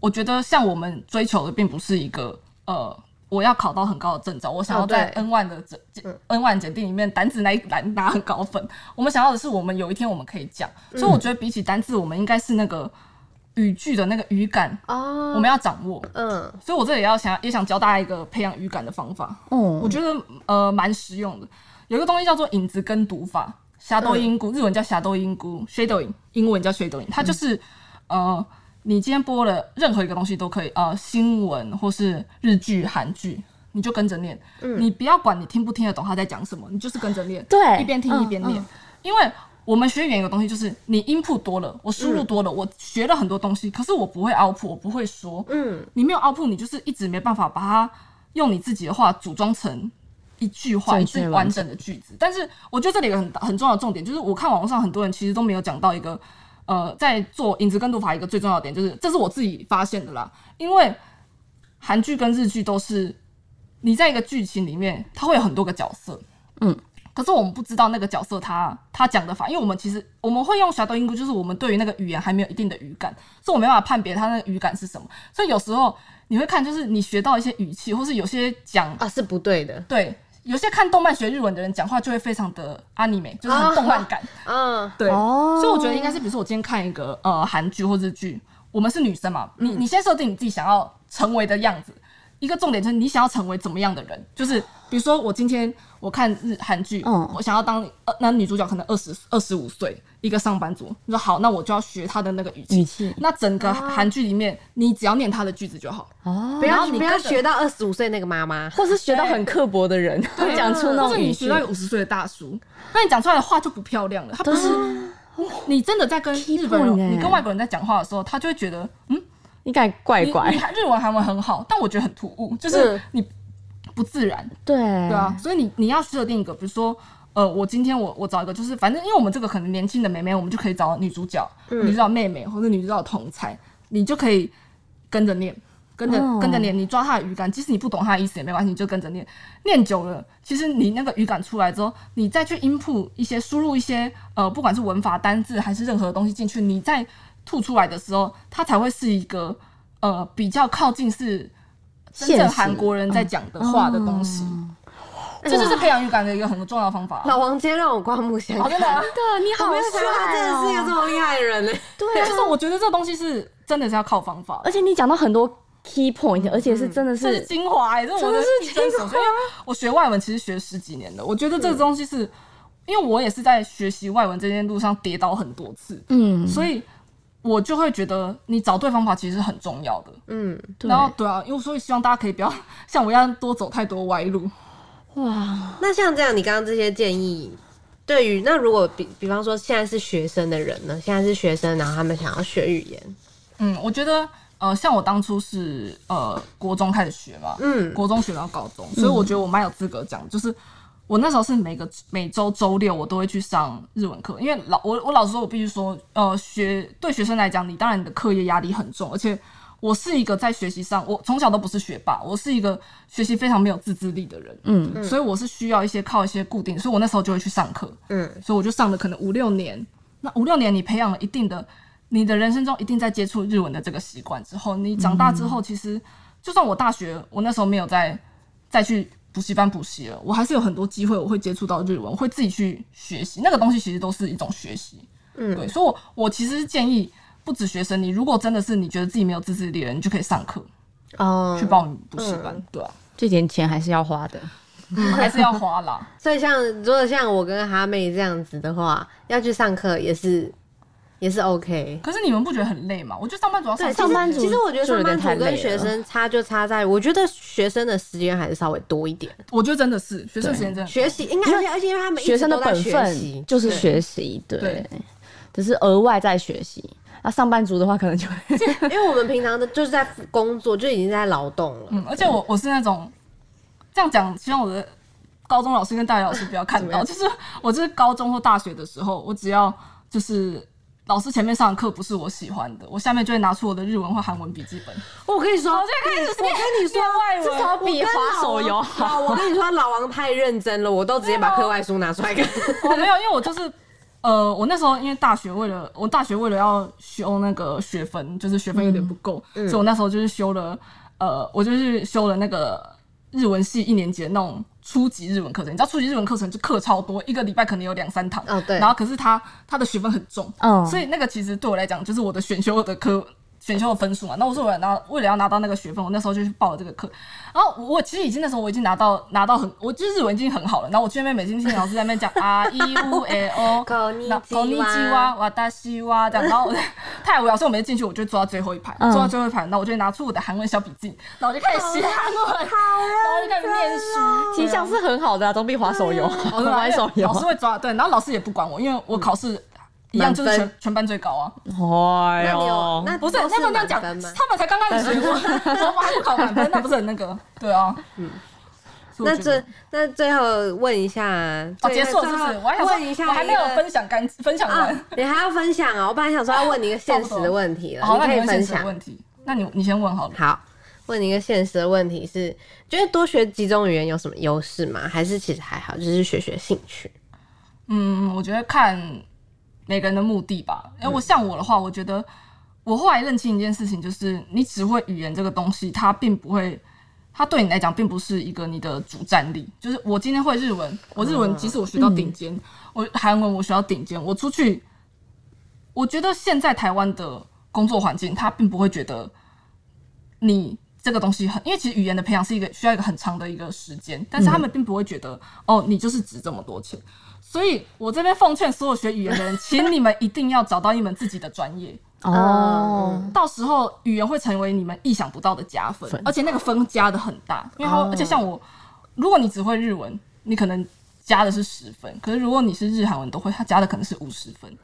Speaker 3: 我觉得像我们追求的，并不是一个呃。我要考到很高的证照，我想要
Speaker 2: 哦对嗯
Speaker 3: 在 N 万的检 N 万检定里面单字那一栏拿很高分。我们想要的是，我们有一天我们可以讲。
Speaker 2: 嗯
Speaker 3: 所以我觉得比起单字，我们应该是那个语句的那个语感，
Speaker 2: 哦
Speaker 3: 我们要掌握。
Speaker 2: 嗯，
Speaker 3: 所以我这里要想也想教大家一个培养语感的方法。
Speaker 1: 哦
Speaker 3: 我，觉得呃蛮实用的。有一个东西叫做影子跟读法，霞豆音菇，日文叫霞豆音菇，shadowing，英文叫 shadowing，它就是、呃，你今天播了任何一个东西都可以，呃，新闻或是日剧、韩剧。你就跟着念，你不要管你听不听得懂他在讲什么，你就是跟着念，
Speaker 1: 对嗯
Speaker 3: 一边听一边念，因为我们学语言有个东西就是你 input 多了，我输入多了，我学了很多东西，可是我不会 output，我不会说，
Speaker 2: 嗯，
Speaker 3: 你没有 output，你就是一直没办法把它用你自己的话组装成一句话，一
Speaker 1: 正确
Speaker 3: 句完整的句子。但是我觉得这里有个很很重要的重点，就是我看网络上很多人其实都没有讲到一个，呃，在做影子跟读法一个最重要的点，就是这是我自己发现的啦，因为韩剧跟日剧都是你在一个剧情里面，它会有很多个角色，
Speaker 1: 嗯。
Speaker 3: 可是我们不知道那个角色他他讲的法，因为我们其实我们会用 shadow English，就是我们对于那个语言还没有一定的语感，所以我没办法判别他那个语感是什么。所以有时候你会看，就是你学到一些语气，或是有些讲
Speaker 2: 啊，是不对的，
Speaker 3: 对，有些看动漫学日文的人讲话就会非常的 anime，就是很动漫感。
Speaker 2: 嗯，
Speaker 3: 对，
Speaker 1: 啊哦
Speaker 3: 所以我觉得应该是，比如说我今天看一个呃韩剧或日剧，我们是女生嘛，
Speaker 1: 嗯
Speaker 3: 你你先设定你自己想要成为的样子，一个重点就是你想要成为怎么样的人，就是比如说我今天我看日韩剧，
Speaker 1: 嗯
Speaker 3: 我想要当呃那女主角可能二十二十五岁一个上班族，你说好，那我就要学她的那个语气，
Speaker 1: 语气
Speaker 3: 那整个韩剧里面你只要念她的句子就好，
Speaker 1: 哦，
Speaker 2: 不
Speaker 3: 然
Speaker 2: 要
Speaker 3: 后你
Speaker 2: 不要
Speaker 3: 跟着哦
Speaker 2: 学到二十五岁那个妈妈，
Speaker 1: 或是学到很刻薄的人，会讲出那
Speaker 3: 啊或
Speaker 1: 种
Speaker 3: 者
Speaker 1: 语
Speaker 3: 你学
Speaker 1: 气
Speaker 3: 到一个五十岁的大叔，那你讲出来的话就不漂亮了。他不是你真的在跟
Speaker 1: 啊 Key
Speaker 3: 日本人
Speaker 1: point，欸
Speaker 3: 你跟外国人在讲话的时候，他就会觉得，嗯，
Speaker 1: 应该怪
Speaker 3: 你
Speaker 1: 怪
Speaker 3: 你，日文韩文很好，但我觉得很突兀，就是
Speaker 2: 嗯
Speaker 3: 你不自然，
Speaker 1: 对
Speaker 3: 对啊，，所以你你要设定一个，比如说。呃，我今天我我找一个，就是反正因为我们这个可能年轻的妹妹，我们就可以找女主角、
Speaker 1: 嗯
Speaker 3: 女主角妹妹或者女主角同才，你就可以跟着念，跟着、
Speaker 1: 哦
Speaker 3: 跟着念，你抓她的语感，即使你不懂她的意思也没关系，你就跟着念，念久了，其实你那个语感出来之后，你再去 input 一些输入一些呃，不管是文法、单字还是任何东西进去，你再吐出来的时候，它才会是一个呃比较靠近是真
Speaker 1: 现
Speaker 3: 正
Speaker 1: 实哦
Speaker 3: 韩国人在讲的话的东西。 这就是培养语感的一个很重要的方法。
Speaker 2: 老王今天让我刮目相
Speaker 3: 好，哦
Speaker 2: 看，
Speaker 3: 真的啊，
Speaker 1: 的你
Speaker 2: 我
Speaker 1: 好啊
Speaker 2: 没有想到他真的是一个这么厉害的人呢。
Speaker 1: 对
Speaker 3: 对，
Speaker 1: 啊
Speaker 3: 就是我觉得这东西是真的是要靠方法
Speaker 1: 而，且你讲到很多 key point，而且是真的
Speaker 3: 这是
Speaker 1: 是
Speaker 3: 精华哎、欸，这是我的
Speaker 1: 真的是
Speaker 3: 一生所学。因为我学外文其实学十几年的，我觉得这个东西是，因为我也是在学习外文这件路上跌倒很多次，
Speaker 1: 嗯，
Speaker 3: 所以我就会觉得你找对方法其实是很重要的。
Speaker 2: 嗯，
Speaker 1: 对
Speaker 3: 然后对啊，因为所以希望大家可以不要 像我一样多走太多歪路。
Speaker 1: 哇，
Speaker 2: 那像这样，你刚刚这些建议，对于那如果比比方说现在是学生的人呢，现在是学生，然后他们想要学语言，
Speaker 3: 嗯，我觉得呃，像我当初是呃国中开始学嘛，
Speaker 2: 嗯
Speaker 3: 国中学到高中，所以我觉得我蛮有资格讲，就是我那时候是每个每周周六我都会去上日文课，因为老我我老实说，我必须说，呃，学对学生来讲，你当然你的课业压力很重，而且。我是一个在学习上，我从小都不是学霸，我是一个学习非常没有自制力的人，
Speaker 1: 嗯
Speaker 3: 所以我是需要一些靠一些固定，所以我那时候就会去上课，
Speaker 2: 嗯
Speaker 3: 所以我就上了可能五六年。那五六年你培养了一定的，你的人生中一定在接触日文的这个习惯之后，你长大之
Speaker 1: 嗯
Speaker 3: 后，其实就算我大学我那时候没有再再去补习班补习了，我还是有很多机会我会接触到日文，我会自己去学习。那个东西其实都是一种学习，对，
Speaker 2: 嗯，
Speaker 3: 所以我，我其实是建议。不止学生，你如果真的是你觉得自己没有自制力了，你就可以上课
Speaker 2: 哦
Speaker 3: 去报名补习
Speaker 1: 嗯
Speaker 3: 班，对啊，
Speaker 1: 这点钱还是要花的，
Speaker 3: 嗯还是要花啦。
Speaker 2: 所以像如果像我跟哈妹这样子的话，要去上课也是也是 OK。
Speaker 3: 可是你们不觉得很累吗？我觉得上班族要上
Speaker 2: 对，
Speaker 3: 课
Speaker 2: 其实
Speaker 1: 上班族
Speaker 2: 其实我觉得
Speaker 1: 就
Speaker 2: 上
Speaker 1: 有点
Speaker 2: 班族
Speaker 1: 太累
Speaker 2: 跟
Speaker 1: 了
Speaker 2: 学生差就差在，我觉得学生的时间还是稍微多一点，
Speaker 3: 我觉得真的是学生时间真的
Speaker 2: 学习应该而且而且因为他们一直
Speaker 1: 学生的
Speaker 2: 都在
Speaker 1: 本
Speaker 2: 学习
Speaker 1: 分就是
Speaker 2: 对
Speaker 1: 学习，对
Speaker 3: 对，
Speaker 1: 只是额外在学习。那上班族的话，可能就会
Speaker 2: 因为我们平常的就是在工作，就已经在劳动了。
Speaker 3: 嗯，而且我我是那种这样讲，希望我的高中老师跟大学老师不要看 到，就是我就是高中或大学的时候，我只要就是。老师前面上的课不是我喜欢的，我下面就会拿出我的日文或韩文笔记本，
Speaker 2: 我跟你说，
Speaker 3: 我就开始
Speaker 2: 我跟你说
Speaker 3: 念外 文
Speaker 2: 至少
Speaker 1: 比滑手游
Speaker 2: 好。我跟你说，老王太认真了，我都直接把课外书拿出来 看。
Speaker 3: 我哦没有，因为我就是，呃，我那时候因为大学为了我大学为了要修那个学分，就是学分有点不够，
Speaker 2: 嗯
Speaker 3: 所以我那时候就是修了，呃，我就是修了那个日文系一年级的那种初级日文课程。你知道初级日文课程就课超多，一个礼拜可能有两三堂。
Speaker 2: 哦对
Speaker 3: 然后可是它它的学分很重，
Speaker 1: 嗯
Speaker 3: 所以那个其实对我来讲就是我的选修的科。选修的分数嘛。那我说我要拿，为了要拿到那个学分，我那时候就去报了这个课。然后我其实已经那时候我已经拿到拿到很，我就是日文已经很好了。然后我去那边每天听老师在那边讲啊一五 a o，
Speaker 2: こんにちは
Speaker 3: こんにちは，哇大西哇这样。然后我 就太无聊，所以我每次进去我就坐到最后一排，
Speaker 1: 嗯
Speaker 3: 坐到最后一排，然后我就拿出我的韩文小笔记，然后我就开始写韩文，
Speaker 2: 哦
Speaker 3: 然后就开始念书。
Speaker 1: 其实这样是很好的、啊，总比划手游、
Speaker 3: 哦对啊
Speaker 1: 玩手游
Speaker 3: 老师会抓，对，然后老师也不管我，因为我考试一样就
Speaker 2: 嗯
Speaker 3: 是
Speaker 2: 满
Speaker 3: 全全班最高啊。
Speaker 1: 哎
Speaker 2: 那你有
Speaker 1: 呦，
Speaker 2: 那
Speaker 3: 不是，
Speaker 2: 都
Speaker 3: 他们这样
Speaker 2: 满
Speaker 3: 讲，
Speaker 2: 分啊吗？
Speaker 3: 他们才刚开始学过，怎么还不考满分？那不是很那个？对啊，嗯。所以
Speaker 2: 那
Speaker 3: 我觉得
Speaker 2: 这那最后问一下，
Speaker 3: 哦
Speaker 2: 最
Speaker 3: 结束了是不
Speaker 2: 最
Speaker 3: 是？
Speaker 2: 后
Speaker 3: 我还想
Speaker 2: 问一
Speaker 3: 说，
Speaker 2: 下，
Speaker 3: 我还没有分享干分享
Speaker 2: 啊
Speaker 3: 完。，
Speaker 2: 你还要分享啊？我本来想说要问你一个现实的问题了，
Speaker 3: 哦好，那
Speaker 2: 可
Speaker 3: 你
Speaker 2: 以
Speaker 3: 问
Speaker 2: 分
Speaker 3: 现实的
Speaker 2: 享。
Speaker 3: 问题，那你你先问好了。
Speaker 2: 好，问你一个现实的问题是，觉得多学几种语言有什么优势吗？还是其实还好，就是学学兴趣？
Speaker 3: 嗯，我觉得看每个人的目的吧。因为我像我的话，我觉得我后来认清一件事情，就是你只会语言这个东西，它并不会，它对你来讲并不是一个你的主战力。就是我今天会日文，我日文即使我学到顶尖，我韩文我学到顶尖，我出去，我觉得现在台湾的工作环境，他并不会觉得你这个东西很，因为其实语言的培养是一个需要一个很长的一个时间，但是他们并不会觉得、哦，你就是值这么多钱。所以我这边奉劝所有学语言的人，请你们一定要找到一门自己的专业，
Speaker 1: 哦，
Speaker 3: 到时候语言会成为你们意想不到的加分，
Speaker 1: 分
Speaker 3: 而且那个分加的很大，因为它会、
Speaker 1: 哦
Speaker 3: 而且像我，如果你只会日文，你可能加的是十分，可是如果你是日韩文都会，它加的可能是五十分。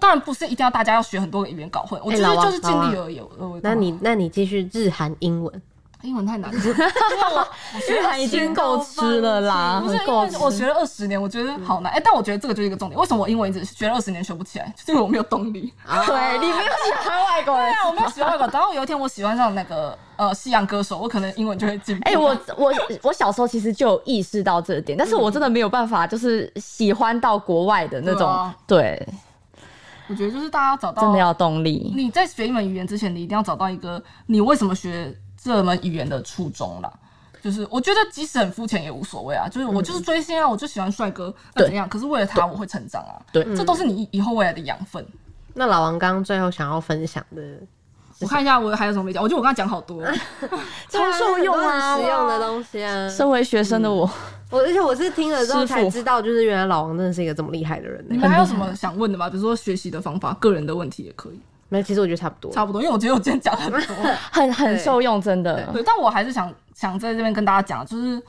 Speaker 3: 当然不是一定要大家要学很多个语言搞混，我
Speaker 2: 哎
Speaker 3: 觉
Speaker 2: 老
Speaker 3: 得
Speaker 2: 王
Speaker 3: 就是尽
Speaker 2: 老
Speaker 3: 力
Speaker 2: 王
Speaker 3: 而已。我我
Speaker 2: 那你那你继续日韩英文，
Speaker 3: 英文太难了， 因为我我学
Speaker 1: 日
Speaker 3: 了
Speaker 1: 韩已经够吃了啦，
Speaker 3: 不是
Speaker 1: 啊很
Speaker 3: 因
Speaker 1: 够
Speaker 3: 为
Speaker 1: 吃。
Speaker 3: 我学了二十年，我觉得好难。哎、但我觉得这个就是一个重点。为什么我英文一直学了二十年学不起来？ 就是因为我没有动力。
Speaker 1: 对你没有喜欢外国
Speaker 3: 对
Speaker 1: 人。
Speaker 3: 啊，我没有喜欢那个。然后有一天我喜欢上那个呃西洋歌手，我可能英文就会进步。
Speaker 1: 哎、我我我小时候其实就有意识到这点，但是我真的没有办法，就是喜欢到国外的那
Speaker 3: 对
Speaker 1: 种，
Speaker 3: 啊
Speaker 1: 对，
Speaker 3: 我觉得就是大家找到
Speaker 1: 真的要动力。
Speaker 3: 你在学一门语言之前，你一定要找到一个你为什么学这门语言的初衷啦。就是我觉得即使很肤浅也无所谓啊，就是我就是追星啊，我就喜欢帅哥，那
Speaker 1: 嗯对
Speaker 3: 怎样？可是为了他我会成长啊，
Speaker 1: 对
Speaker 3: 这都是你以后未来的养分。
Speaker 2: 那老王刚刚最后想要分享的
Speaker 3: 我看一下我还有什么没讲，我觉得我刚刚讲 好多。
Speaker 1: 超受用啊
Speaker 2: 很多很实用的东西啊！
Speaker 1: 身为学生的我，
Speaker 2: 我而且我是听了之后
Speaker 1: 师傅
Speaker 2: 才知道，就是原来老王真的是一个这么厉害的人欸
Speaker 3: 你
Speaker 2: 呢、
Speaker 3: 们还有什么想问的吗？比如说学习的方法、个人的问题也可以，
Speaker 2: 没有，其实我觉得差不多。
Speaker 3: 差不多。因为我觉得我今天讲 很多，
Speaker 1: 很很受用，真的。
Speaker 3: 对，但我还是想想在这边跟大家讲，就是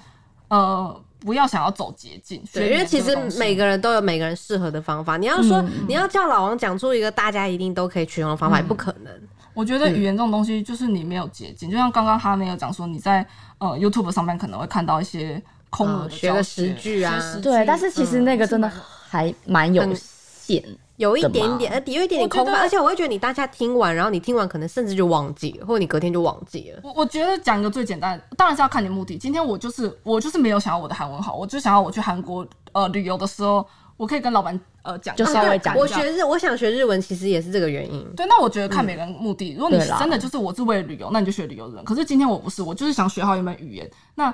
Speaker 3: 呃，不要想要走捷径，学
Speaker 2: 对，因为其
Speaker 3: 语言这
Speaker 2: 实
Speaker 3: 个东西嗯
Speaker 2: 每个人都有每个人适合的方法。你要说、你要叫老王讲出一个大家一定都可以取用的方法，也不可能。啊
Speaker 3: 我觉
Speaker 2: 嗯
Speaker 3: 得语言这种东西，就是你没有捷径，就像刚刚哈梅有讲说，你在呃 YouTube 上面可能会看到一些空
Speaker 2: 哦
Speaker 3: 额的
Speaker 2: 学个
Speaker 3: 教
Speaker 2: 十
Speaker 3: 学
Speaker 2: 句啊
Speaker 3: 学十
Speaker 1: 对，
Speaker 3: 句
Speaker 1: 但是其实那个真的还蛮有限。
Speaker 2: 有一
Speaker 1: 怎么
Speaker 2: 点点，呃有一点点
Speaker 3: 我觉得
Speaker 2: 空白，而且我会觉得你当下听完，然后你听完可能甚至就忘记了，或者你隔天就忘记了。
Speaker 3: 我我觉得讲一个最简单的，当然是要看你目的。今天我就是我就是没有想要我的韩文好，我就想要我去韩国呃旅游的时候，我可以跟老板呃讲，
Speaker 1: 就稍微讲一下
Speaker 2: 我
Speaker 3: 学。
Speaker 2: 学日，我想学日文，其实也是这个原因。
Speaker 3: 对，那我觉得看每个人目的。如果你
Speaker 1: 嗯对啦
Speaker 3: 真的就是我是为了旅游，那你就学旅游的人。可是今天我不是，我就是想学好一门语言。那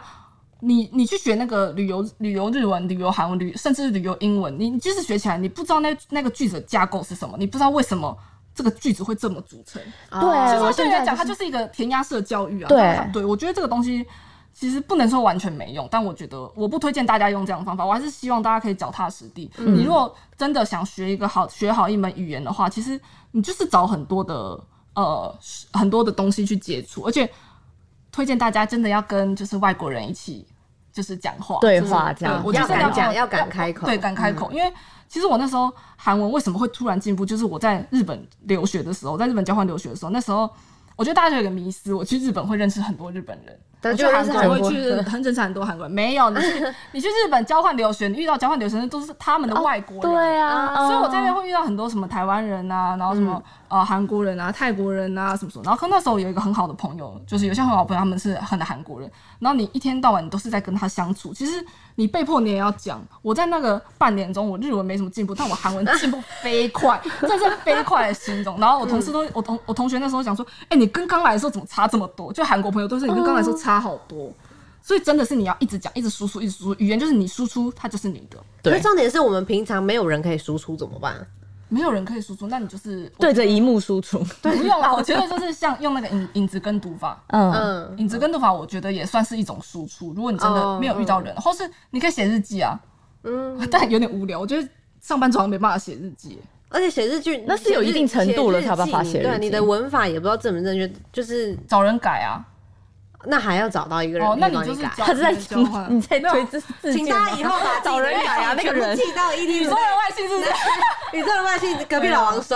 Speaker 3: 你你去学那个旅游旅游日文、旅游韩文、旅甚至是旅游英文，你你即使学起来，你不知道那那个句子的架构是什么，你不知道为什么。这个句子会这么组成，
Speaker 1: 对，
Speaker 3: 其实
Speaker 2: 哦
Speaker 1: 我现
Speaker 3: 对你
Speaker 1: 在
Speaker 3: 来
Speaker 1: 就
Speaker 3: 讲，
Speaker 1: 是
Speaker 3: 它就是一个填鸭式的教育啊。
Speaker 1: 对
Speaker 3: 它对，我觉得这个东西其实不能说完全没用，但我觉得我不推荐大家用这样的方法，我还是希望大家可以脚踏实地。
Speaker 1: 嗯
Speaker 3: 你如果真的想学一个好学好一门语言的话，其实你就是找很多的呃很多的东西去接触，而且推荐大家真的要跟就是外国人一起。就是讲话
Speaker 1: 对
Speaker 3: 就是
Speaker 1: 话这样
Speaker 3: 对我觉得
Speaker 1: 要
Speaker 3: 真的
Speaker 1: 敢
Speaker 2: 讲要敢开口嗯
Speaker 3: 对，敢开口，因为其实我那时候韩文为什么会突然进步，就是我在日本留学的时候，在日本交换留学的时候，那时候我觉得大家有个迷思，我去日本会认识很多日本人，
Speaker 2: 嗯但
Speaker 3: 我去
Speaker 2: 就
Speaker 3: 韩
Speaker 2: 认识
Speaker 3: 国
Speaker 2: 韩
Speaker 3: 会
Speaker 2: 国
Speaker 3: 去日很认识很多韩国人。没 有，你去你去日本交换留学，你遇到交换留学生都是他们的
Speaker 2: 哦
Speaker 3: 外国人。
Speaker 1: 对啊，
Speaker 3: 所以我在那边会遇到很多什么台湾人啊，然后什么、呃韩国人啊、泰国人啊什么什么。然后可能那时候有一个很好的朋友，就是有些很好的朋友，他们是很韩国人。然后你一天到晚你都是在跟他相处，其实你被迫你也要讲。我在那个半年中，我日文没什么进步，但我韩文进步 飞快，这是飞快的形容。然后我同事都，我同我同学那时候讲说，哎、你跟刚来的时候怎么差这么多？就韩国朋友都是你跟刚来的时候差好多。所以真的是你要一直讲，一直输出，一直输出。语言就是你输出，它就是你的。
Speaker 2: 可
Speaker 1: 对
Speaker 2: 是重点是我们平常没有人可以输出怎么办？
Speaker 3: 没有人可以输出，那你就是
Speaker 1: 对着荧幕输出。
Speaker 3: 对不用 了。我觉得就是像用那个影影子跟读法，
Speaker 1: 嗯，
Speaker 2: 嗯，
Speaker 3: 影子跟读法，我觉得也算是一种输出。如果你真
Speaker 1: 哦
Speaker 3: 的没有遇到
Speaker 1: 嗯
Speaker 3: 人，或是你可以写日记啊，嗯， 但有点无聊。我觉得上班族好像没办法写日记，
Speaker 2: 而且写日剧
Speaker 1: 那是有一定程度了
Speaker 2: 写日记
Speaker 1: 才有办法写日记
Speaker 2: 对，你的文法也不知道正不正确，就是
Speaker 3: 找人改啊。
Speaker 2: 那还要找到一个人
Speaker 3: 哦，那
Speaker 2: 可以
Speaker 3: 你
Speaker 2: 帮
Speaker 3: 就是
Speaker 2: 改。
Speaker 3: 交
Speaker 1: 他是在
Speaker 3: 你的交换。啊
Speaker 1: 你在推自自
Speaker 2: 请
Speaker 1: 荐
Speaker 2: 大
Speaker 1: 吗
Speaker 2: 家以后 把
Speaker 1: 找人改啊，那个人
Speaker 2: 寄到 ED
Speaker 3: 你说人外星是 不是？
Speaker 2: 宇宙的外星隔壁老王收。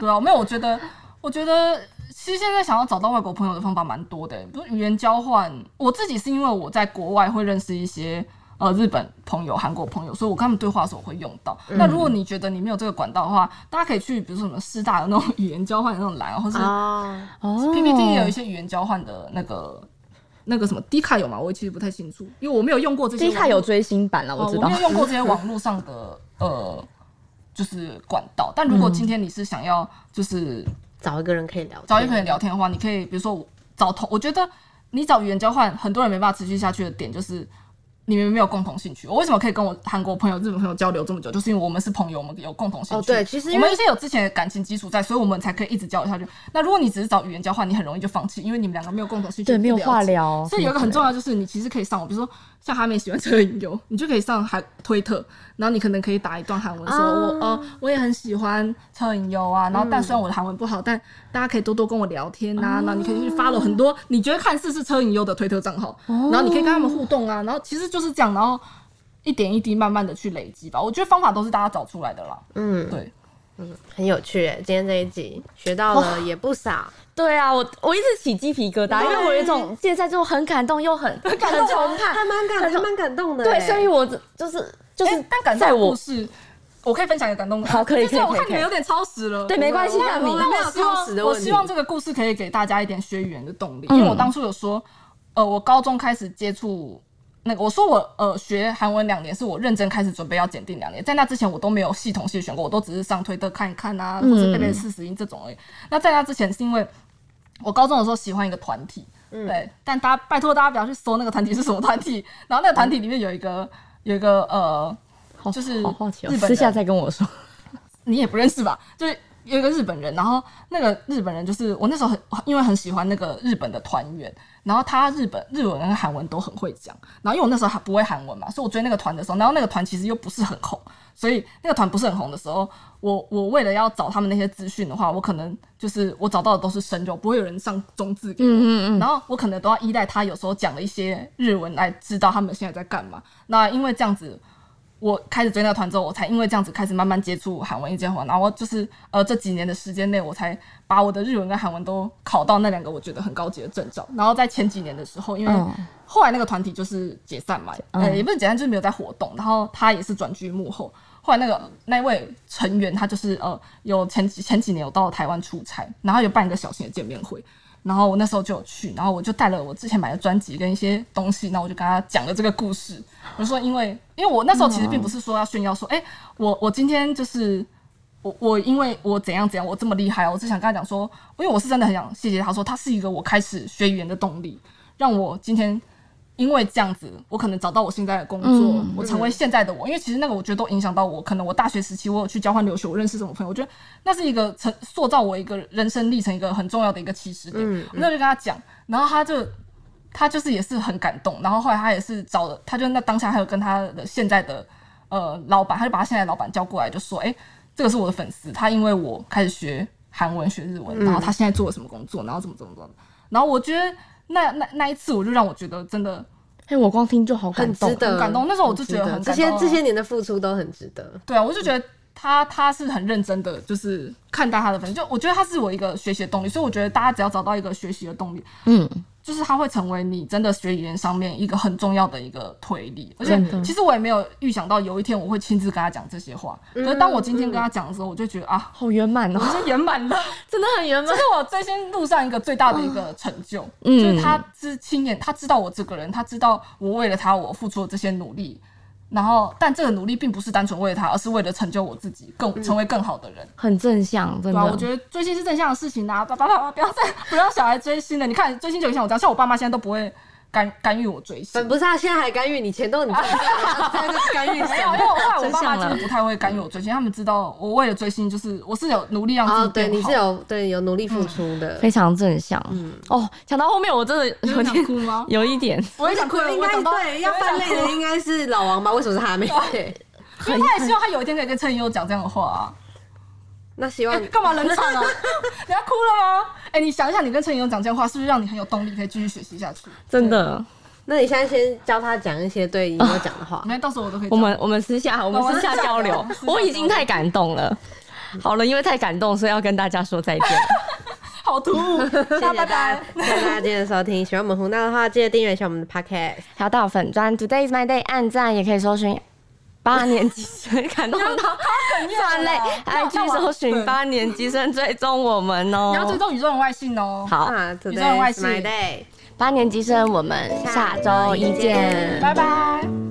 Speaker 3: 对啊，没有，我觉得，我觉得其实现在想要找到外国朋友的方法蛮多的，欸比如语言交换。我自己是因为我在国外会认识一些呃日本朋友、韩国朋友，所以我跟他们对话的时候我会用到。
Speaker 1: 嗯
Speaker 3: 那如果你觉得你没有这个管道的话，大家可以去比如说什么师大的那种语言交换的那种
Speaker 1: 啊
Speaker 3: 栏，或是
Speaker 2: 哦，
Speaker 1: 哦
Speaker 3: PPT 也有一些语言交换的那个。那个什么 D 卡有吗？我其实不太清楚，因为我没有用过这
Speaker 1: 低
Speaker 3: 些网络。
Speaker 1: 卡有追星版了，
Speaker 3: 哦
Speaker 1: 我知
Speaker 3: 我
Speaker 1: 道
Speaker 3: 没。有用过这些网络上的呃，就是管道。但如
Speaker 1: 嗯
Speaker 3: 果今天你是想要就是
Speaker 2: 找一个人可以聊，
Speaker 3: 找一个人聊天的话，你可以比如说我找同，我觉得你找语言交换，很多人没办法持续下去的点就是你们没有共同兴趣。我为什么可以跟我韩国朋友、日本朋友交流这么久，就是因为我们是朋友，我们有共同兴趣。
Speaker 2: 哦对其实因
Speaker 3: 我
Speaker 2: 为
Speaker 3: 们一些有之前的感情基础在，所以我们才可以一直交流下去。那如果你只是找语言交换，你很容易就放弃，因为你们两个没有共同兴趣，
Speaker 1: 对，没有
Speaker 3: 不了解
Speaker 1: 话
Speaker 2: 哦
Speaker 1: 聊。哦
Speaker 3: 所以有一个很重要就是，你其实可以上网，比如说像哈妹喜欢车影优， 你就可以上韩推特，然后你可能可以打一段韩文说，
Speaker 2: 啊嗯
Speaker 3: 我呃我也很喜欢车影优啊，然后但虽然我的韩文不好，但大家可以多多跟我聊天呐、
Speaker 2: 哦
Speaker 3: 然后你可以去 follow 很多你觉得看似是车影优的推特账号，
Speaker 2: 哦
Speaker 3: 然后你可以跟他们互动啊，然后其实就是这样，然后一点一滴慢慢的去累积吧，我觉得方法都是大家找出来的啦，
Speaker 2: 嗯，
Speaker 3: 对，
Speaker 2: 很有趣耶。今天这一集学到了也不少，
Speaker 1: 对啊，我我一直起鸡皮疙瘩，因为我有一种现在就很感动又 很很
Speaker 3: 感动啊
Speaker 1: 崇拜。
Speaker 2: 还蛮感还蛮感动的耶。
Speaker 1: 对，所以我就是就是
Speaker 3: 诶，哎但感
Speaker 1: 在
Speaker 3: 动的
Speaker 1: 我
Speaker 3: 故事，我可以分享一个感动的，
Speaker 1: 好可以
Speaker 3: 就是
Speaker 1: 可以
Speaker 3: 我看
Speaker 1: 可以
Speaker 3: 你们有点超时了，
Speaker 1: 对没关系，
Speaker 2: 我
Speaker 1: 那你
Speaker 2: 没
Speaker 3: 那我
Speaker 2: 有
Speaker 3: 希望
Speaker 2: 超时的
Speaker 3: 我
Speaker 2: 问题
Speaker 3: 希望这个故事可以给大家一点学语言的动力，
Speaker 1: 嗯
Speaker 3: 因为我当初有说，呃，我高中开始接触那个，我说我呃学韩文两年，是我认真开始准备要检定两年，在那之前我都没有系统性选过，我都只是上推特看一看啊，或是背
Speaker 1: 嗯
Speaker 3: 背四十音这种而已。那在那之前是因为我高中的时候喜欢一个团体，
Speaker 2: 嗯
Speaker 3: 对，但大家拜托大家不要去搜那个团体是什么团体，然后那个团体里面有一个有一个呃，
Speaker 1: 好
Speaker 3: 就是
Speaker 1: 好好奇哦
Speaker 3: 日，本
Speaker 1: 私下
Speaker 3: 人
Speaker 1: 再跟我说。
Speaker 3: 你也不认识吧？ 就是有一个日本人，然后那个日本人就是我那时候很因为很喜欢那个日本的团员，然后他日本日文跟韩文都很会讲，然后因为我那时候还不会韩文嘛，所以我追那个团的时候，然后那个团其实又不是很红，所以那个团不是很红的时候，我我为了要找他们那些资讯的话，我可能就是我找到的都是声优，不会有人上中字给我，
Speaker 1: 嗯嗯嗯，
Speaker 3: 然后我可能都要依赖他有时候讲的一些日文来知道他们现在在干嘛。那因为这样子，我开始追那个团之后，我才因为这样子开始慢慢接触韩文一间环。然后就是呃这几年的时间内，我才把我的日文跟韩文都考到那两个我觉得很高级的证照。然后在前几年的时候，因为
Speaker 1: 嗯
Speaker 3: 后来那个团体就是解散嘛，
Speaker 1: 嗯
Speaker 3: 呃也不是解散，就是没有在活动。然后他也是转居幕后。后来那个那一位成员，他就是呃有前几前几年有到台湾出差，然后有办一个小型的见面会。然后我那时候就有去，然后我就带了我之前买的专辑跟一些东西，然后我就跟他讲了这个故事。我说，因为因为我那时候其实并不是说要炫耀说，哎、我我今天就是我我因为我怎样怎样，我这么厉害哦，我只想跟他讲说，因为我是真的很想谢谢他说，他是一个我开始学语言的动力，让我今天因为这样子，我可能找到我现在的工作，
Speaker 1: 嗯
Speaker 3: 我成为现在的我。因为其实那个我觉得都影响到我，可能我大学时期我有去交换留学，我认识什么朋友，我觉得那是一个成塑造我一个人生历程一个很重要的一个起始点。
Speaker 2: 嗯
Speaker 3: 我那时候就跟他讲，然后他就他就是也是很感动，然后后来他也是找了，他就那当下还有跟他的现在的呃老板，他就把他现在的老板叫过来，就说：“哎、这个是我的粉丝，他因为我开始学韩文、学日文，
Speaker 1: 嗯
Speaker 3: 然后他现在做了什么工作，然后怎么怎么怎么。”然后我觉得那那那一次，我就让我觉得真的
Speaker 1: 哎，我光听就好感
Speaker 2: 很值
Speaker 1: 动。
Speaker 2: 得，
Speaker 3: 很感动那时候我就觉得很
Speaker 2: 值
Speaker 3: 感
Speaker 2: 这些
Speaker 3: 动啊
Speaker 2: 这些年的付出都很值得。
Speaker 3: 对啊，我就觉得他他是很认真的，就是看待他的粉丝，就我觉得他是我一个学习的动力，所以我觉得大家只要找到一个学习的动力，
Speaker 1: 嗯，
Speaker 3: 就是它会成为你真的学语言上面一个很重要的一个推力。而且
Speaker 1: 真的
Speaker 3: 其实我也没有预想到有一天我会亲自跟他讲这些话，可是当我今天跟他讲的时候，我就觉得啊，
Speaker 1: 好圆满哦
Speaker 3: 我，已经圆满了。
Speaker 1: 真的很圆
Speaker 3: 这。是我追星路上一个最大的一个成就，
Speaker 1: 嗯
Speaker 3: 就是他知亲眼，他知道我这个人，他知道我为了他我付出的这些努力，然后但这个努力并不是单纯为了他，而是为了成就我自己，更成为更好的人。
Speaker 1: 很正向，真
Speaker 3: 嗯对
Speaker 1: 的。
Speaker 3: 啊，我觉得追星是正向的事情啊，爸爸爸爸不要再不让小孩追星了。你看追星就影响我这样，像我爸妈现在都不会干干预我追星
Speaker 2: 反。不是啊，现在还干预你钱都你赚的，然后在 那边干预
Speaker 3: 没有，因为
Speaker 2: 什
Speaker 3: 我后来我爸妈
Speaker 1: 真相
Speaker 3: 就
Speaker 1: 了
Speaker 3: 是不太会干预我追星，他们知道我为了追星就是我是有努力让自
Speaker 2: 么？哦，
Speaker 3: 己
Speaker 2: 对，
Speaker 3: 变
Speaker 2: 你
Speaker 3: 好
Speaker 2: 是。有对有努力付出的，
Speaker 1: 非常正向。
Speaker 2: 嗯，
Speaker 1: 哦，讲到后面我真的有
Speaker 3: 想
Speaker 1: 点
Speaker 3: 哭吗？
Speaker 1: 有一点
Speaker 3: 我也想哭，
Speaker 2: 应
Speaker 3: 我
Speaker 2: 该
Speaker 3: 讲到
Speaker 2: 对要犯累的应该是老王吧？为什么是 他妹？对
Speaker 3: 因为他也希望他有一天可以跟陈以佑讲这样的话啊。
Speaker 2: 那希
Speaker 3: 哎
Speaker 2: 望
Speaker 3: 干嘛冷场啊？你要哭了吗？哎，你想一下，你跟陈以佑讲这样的话，是不是让你很有动力，可以继续学习下去？
Speaker 1: 真的，
Speaker 2: 那你现在先教他讲一些对以后讲的话
Speaker 3: 你。看到时候我都可以讲。
Speaker 1: 我们我们私下我们
Speaker 3: 我们
Speaker 1: 私下
Speaker 3: 私下
Speaker 1: 交
Speaker 3: 交
Speaker 1: 流嗯
Speaker 3: 流私，下
Speaker 1: 我已经太感动了。好了，因为太感动，所以要跟大家说再 见。
Speaker 3: 好突兀，
Speaker 2: 谢谢
Speaker 3: 大
Speaker 2: 大
Speaker 3: 家拜
Speaker 2: 家谢
Speaker 3: 拜。，
Speaker 2: 谢大家今天的收听。喜欢我们红道的话，记得订阅一下我们的 podcast。
Speaker 1: 还有到粉专 Today is my day，按赞也可以搜寻八年级生，感动 到泛泪，IG 哎搜寻
Speaker 3: 吧。
Speaker 1: 八年级生追踪我们哦
Speaker 3: 你。要追踪宇宙人外信哦。，
Speaker 1: 好，
Speaker 2: 啊
Speaker 3: 宇宙人
Speaker 2: ，Today
Speaker 3: 外
Speaker 2: is
Speaker 3: 星
Speaker 2: my day。
Speaker 1: 八年级生，我们下周一见，
Speaker 3: 拜拜。